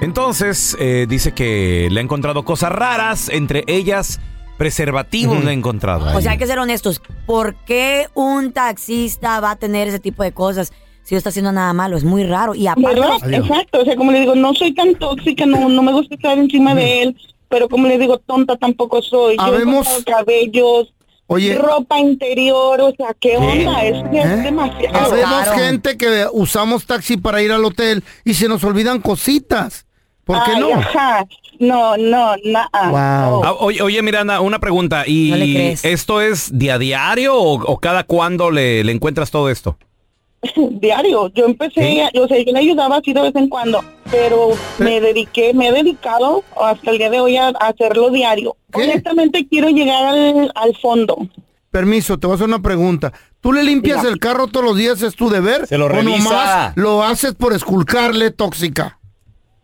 Entonces, eh, dice que le ha encontrado cosas raras, entre ellas preservativos le ha encontrado.
O sea,
ahí.
hay que ser honestos. ¿Por qué un taxista va a tener ese tipo de cosas si no está haciendo nada malo? Es muy raro. Y aparte,
¿Verdad? Exacto, o sea, como le digo, no soy tan tóxica, no, no me gusta estar encima de él, pero como le digo, tonta tampoco soy. Yo he
Habemos-
cortado cabellos,
Oye.
ropa interior, o sea, ¿qué onda? Es, que es demasiado.
Sabemos gente que usamos taxi para ir al hotel y se nos olvidan cositas. ¿Por qué
Ay,
no?
ajá. No, no, na
Wow.
Ah, oye, oye, Miranda, una pregunta. ¿Y
No le crees.
esto es día a diario o, o cada cuándo le, le encuentras todo esto?
diario. Yo empecé, o sea, yo le ayudaba así de vez en cuando, pero me dediqué, me he dedicado hasta el día de hoy a, a hacerlo diario. Honestamente quiero llegar al, al fondo.
Permiso, te voy a hacer una pregunta. ¿Tú le limpias
Diga.
el carro todos los días? ¿Es tu deber?
Se lo
¿O
revisa.
nomás lo haces por esculcarle tóxica?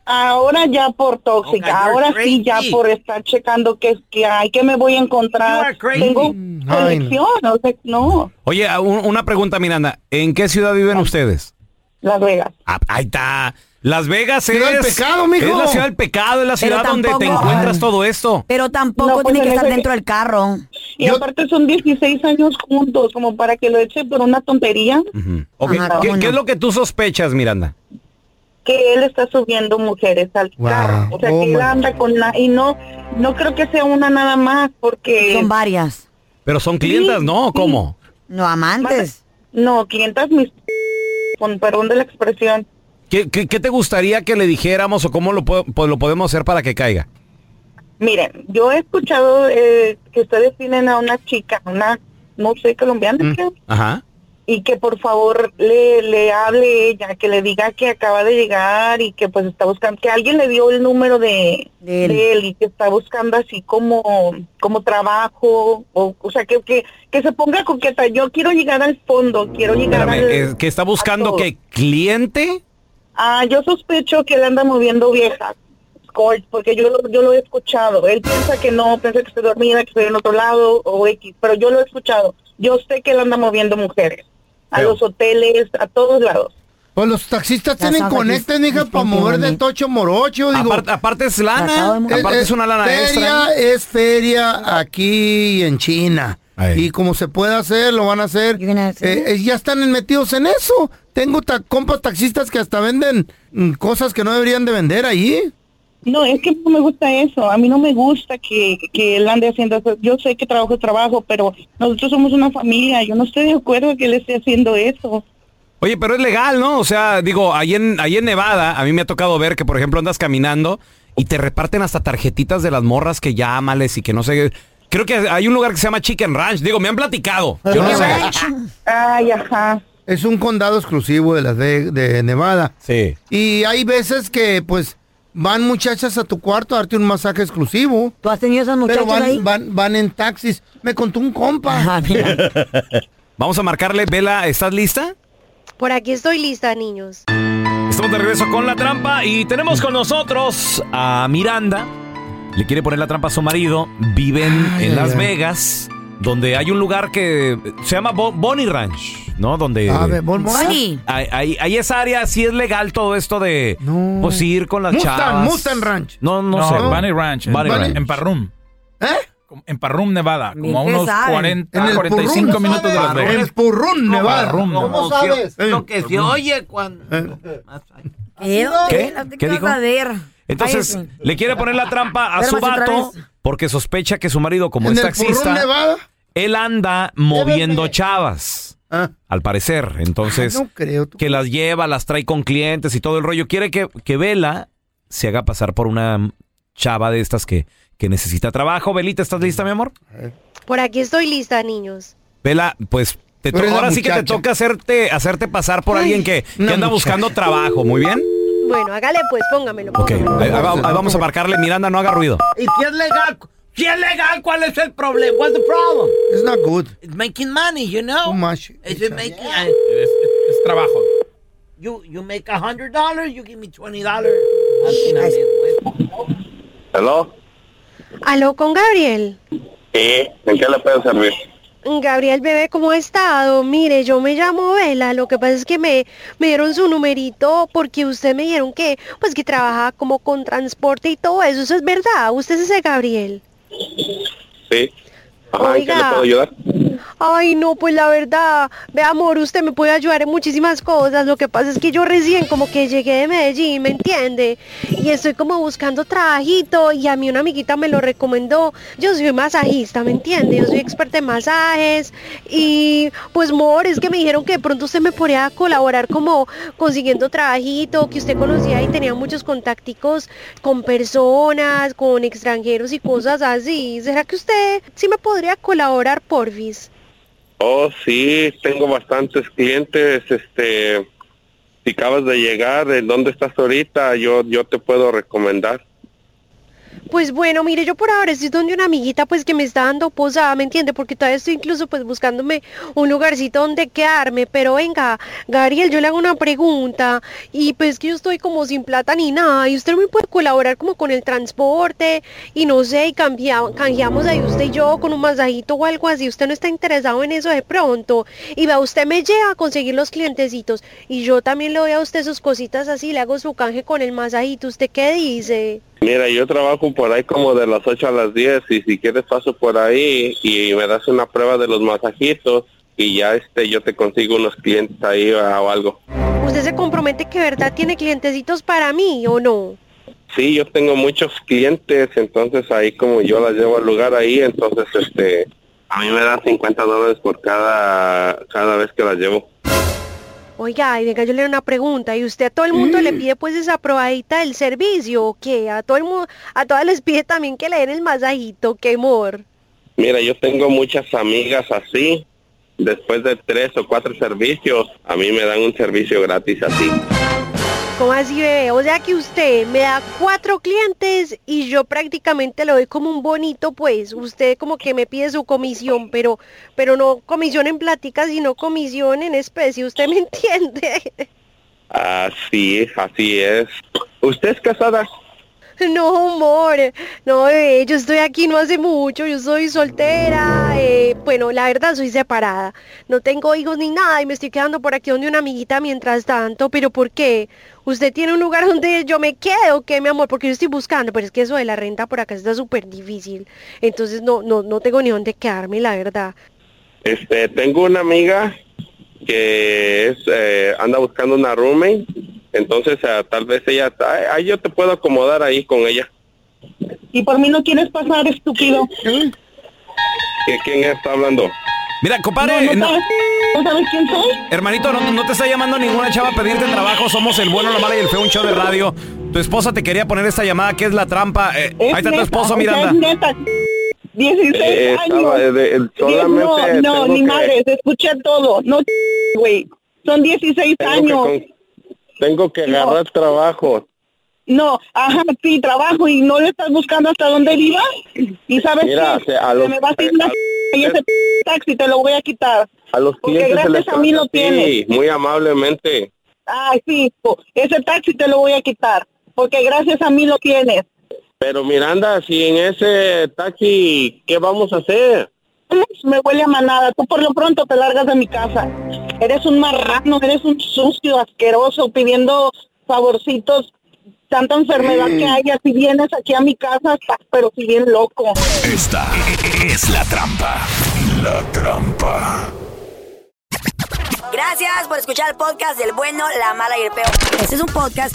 Ahora ya por tóxica, ahora sí ya por estar checando que, que hay que me voy a encontrar. Tengo conexión, o sea, no,
Oye, a- un- una pregunta, Miranda. ¿En qué ciudad viven ustedes?
Las Vegas.
Ah, ahí está. Las Vegas
Ciudad
es...
del pecado, mijo.
Es la ciudad del pecado, es la
Pero
ciudad donde te
tampoco-
encuentras todo esto.
pero tampoco
No, pues,
tiene que
en
estar
ese-
dentro del carro.
Y aparte son 16 años juntos, como para que lo eche por una tontería,
Ok,
Ajá,
¿Qué,
¿cómo
qué
no?
es lo que tú sospechas, Miranda?
que él está subiendo mujeres al carro. O sea,
Oh,
que
my
él anda con la... Y no, no creo que sea una nada más, porque...
Son varias.
Pero son clientas, ¿no? ¿O ¿Cómo?
No, amantes.
No, clientas mis... Con perdón de la expresión.
¿Qué, qué- qué te gustaría que le dijéramos o cómo lo, po- po- lo podemos hacer para que caiga?
Miren, yo he escuchado eh, que ustedes tienen a una chica, una, no sé, colombiana, creo,
Ajá.
y que por favor le, le hable ella, que le diga que acaba de llegar y que pues está buscando, que alguien le dio el número de,
de él.
y que está buscando así como, como trabajo, o, o sea, que, que, que se ponga coqueta. Yo quiero llegar al fondo, quiero llegar
Espérame,
al...
eh, que está buscando que cliente.
Ah, yo sospecho que él anda moviendo viejas. Colt, Porque yo, lo- yo lo he escuchado. Él piensa que no, piensa que estoy dormida, que estoy en otro lado o X, pero yo lo he escuchado. Yo sé que él anda moviendo mujeres a los hoteles, a todos lados.
Pues los taxistas
Ya
tienen
sabes,
conectes,
es-
hija,
es
para mover de tocho morocho. Digo,
Aparte- aparte es lana, Tratado de mover. aparte es una lana
feria,
extra.
Ah, Es feria aquí y en China. Y como se puede hacer, lo van a hacer. Eh, eh, ya están metidos en eso. Tengo ta- compas taxistas que hasta venden mm, cosas que no deberían de vender ahí.
No, es que no me gusta eso. A mí no me gusta que, que él ande haciendo eso. Yo sé que trabajo es trabajo, pero nosotros somos una familia. Yo no estoy de acuerdo que él esté haciendo eso.
Oye, pero es legal, ¿no? O sea, digo, ahí en, ahí en Nevada, a mí me ha tocado ver que, por ejemplo, andas caminando y te reparten hasta tarjetitas de las morras que llámales y que no sé. Creo que hay un lugar que se llama Chicken Ranch. Digo, me han platicado. Yo no sé.
Ay, ajá. Es un condado exclusivo de las Ve- de Nevada.
Sí.
Y hay veces que, pues, van muchachas a tu cuarto a darte un masaje exclusivo.
¿Tú has tenido esas
Pero
muchachas
van,
ahí?
van, van en taxis. Me contó un compa.
Vamos a marcarle. Vela, ¿estás lista?
Por aquí estoy lista, niños.
Estamos de regreso con la trampa y tenemos con nosotros a Miranda. Le quiere poner la trampa a su marido. Viven
Ay,
en
ay,
Las
ay.
Vegas, donde hay un lugar que se llama Bo- Bonnie Ranch, ¿no? Donde
A ver, Bon-
Bonnie.
Ahí, ahí- ahí esa área sí es legal todo esto de pues, ir con las
Mustang,
chavas.
Mustang Ranch.
No, no,
No,
sé.
Bunny Ranch, en-
Bunny
en-
Ranch.
en Parrum.
¿Eh?
Como- En Parrum, Nevada, como a
¿Qué
unos
saben?
40,
En el
45
Purrum,
minutos de Las
¿saben?
Vegas.
En el Purrum, Nevada.
Parrum,
¿Cómo
Nevada.
sabes?
Lo que se
Eh.
oye cuando...
¿Qué?
¿Qué?
¿eh? ¿Qué
¿Qué dijo?
saber.
Entonces,
Cállate.
le quiere poner la trampa a
Pero
su
más otra
vato porque sospecha que su marido, como
¿En
es
el Purrún,
taxista,
Nevada?
él anda moviendo chavas. Al parecer, entonces,
Ah. No creo.
que las lleva, las trae con clientes y todo el rollo. Quiere que, que Vela se haga pasar por una chava de estas que, que necesita trabajo. Velita, ¿estás lista, mi amor?
Eh.
Por aquí estoy lista, niños.
Vela, pues te
Tú
to-
eres la
ahora sí que te
muchacha.
toca hacerte, hacerte pasar por alguien que, que
una
anda
muchacha.
buscando trabajo. Muy bien.
Bueno, hágale pues, póngamelo.
Ok, eh, ahí- ahí va- ahí vamos a marcarle. Miranda, no haga ruido.
¿Y si es legal? Si es legal, ¿cuál es el problema? What's the problem?
It's not good.
It's making money, you know?
Too much.
It's just making...
Es, es- es trabajo.
You, you make a hundred dollars, you give me twenty dollars. Así nada más.
¿Hello?
Aló con Gabriel.
Sí, ¿en qué le puedo servir?
Gabriel, bebé, ¿cómo ha estado? Mire, yo me llamo Vela, lo que pasa es que me, me dieron su numerito porque usted me dijeron que, pues que trabajaba como con transporte y todo eso, eso es verdad, usted es ese Gabriel.
Sí. Ajá, ¿en qué le
Oiga.
puedo ayudar?
Ay, no, pues la verdad, ve amor, usted me puede ayudar en muchísimas cosas. Lo que pasa es que yo recién como que llegué de Medellín, ¿me entiende? Y estoy como buscando trabajito y a mí una amiguita me lo recomendó. Yo soy masajista, ¿me entiende? Yo soy experta en masajes y pues, amor, es que me dijeron que de pronto usted me podría colaborar como consiguiendo trabajito, que usted conocía y tenía muchos contacticos con personas, con extranjeros y cosas así. ¿Será que usted sí me podría colaborar, porfis?
Oh, sí, tengo bastantes clientes, este... Si acabas de llegar, ¿en dónde estás ahorita? Yo, yo te puedo recomendar.
Pues bueno, mire, yo por ahora estoy donde una amiguita pues que me está dando posada, ¿me entiende? Porque todavía estoy incluso pues buscándome un lugarcito donde quedarme, pero venga, Gabriel, yo le hago una pregunta y pues que yo estoy como sin plata ni nada y usted no me puede colaborar como con el transporte y no sé, y cambia- canjeamos ahí usted y yo con un masajito o algo así, usted no está interesado en eso de pronto y vea, usted me llega a conseguir los clientecitos y yo también le doy a usted sus cositas así, le hago su canje con el masajito, ¿usted qué dice?
Mira, yo trabajo por ahí como de las 8 a las 10 y si quieres paso por ahí y me das una prueba de los masajitos y ya este yo te consigo unos clientes ahí ah, o algo.
¿Usted se compromete que de verdad tiene clientecitos para mí o no?
Sí, yo tengo muchos clientes, entonces ahí como yo las llevo al lugar ahí, entonces este a mí me dan 50 dólares por cada cada vez que las llevo.
Oiga, y venga, yo le hago una pregunta. ¿Y usted a todo el mundo le pide pues esa probadita del servicio o qué? A todo el mundo, a todas les pide también que le den el masajito, qué amor.
Mira, yo tengo muchas amigas así. Después de tres o cuatro servicios, a mí me dan un servicio gratis así.
¿Cómo así, bebé? O sea que usted me da cuatro clientes y yo prácticamente le doy como un bonito, pues. Usted como que me pide su comisión, pero, pero no comisión en plática, sino comisión en especie. ¿Usted me entiende?
Así, así es. ¿Usted es casada?
No, amor, no, bebé, yo estoy aquí no hace mucho, yo soy soltera, eh, bueno, la verdad soy separada, no tengo hijos ni nada y me estoy quedando por aquí donde una amiguita mientras tanto, pero ¿por qué? ¿Usted tiene un lugar donde yo me quedo, qué, mi amor? Porque yo estoy buscando, pero es que eso de la renta por acá está súper difícil, entonces no, no, no tengo ni dónde quedarme, la verdad.
Este, tengo una amiga que es, eh, anda buscando una roommate, entonces ah, tal vez ella, ay, ay, yo te puedo acomodar ahí con ella.
Y por mí no quieres pasar, estúpido.
¿Qué- ¿Quién está hablando?
Mira, compadre, no-
¿Sabes quién soy?
hermanito, no, no te está llamando ninguna chava a pedirte trabajo. Somos el bueno, la mala y el feo, un show de radio
Tu esposa te quería poner esta llamada que es la trampa. Eh, ahí está tu esposo, Miranda.
Es neta. 16
Eh, estaba,
años.
eh, de-
Diez-
solamente
no, no,
tengo
ni
que-
madres, escuché todo. No, güey. Son 16 años.
Tengo que, con- tengo que agarrar trabajo.
No, ajá, sí, trabajo y no le estás buscando hasta dónde viva. Y sabes
Mira,
qué?
se- a los-
Se me va a ir una y ese taxi te lo voy a quitar.
A los
Porque
clientes se les
gracias a mí
hace
lo
así,
tienes.
Muy amablemente.
Ay, Ah, sí, po, ese taxi te lo voy a quitar. Porque gracias a mí lo tienes.
Pero Miranda, si en ese taxi, ¿qué vamos a hacer?
Me huele a manada. Tú por lo pronto te largas de mi casa. Eres un marrano, eres un sucio, asqueroso, pidiendo favorcitos. Tanta enfermedad que hay. Si vienes aquí a mi casa, estás pero si bien loco.
Esta es la trampa. La trampa.
Gracias por escuchar el podcast del bueno, la mala y el peor. Este es un podcast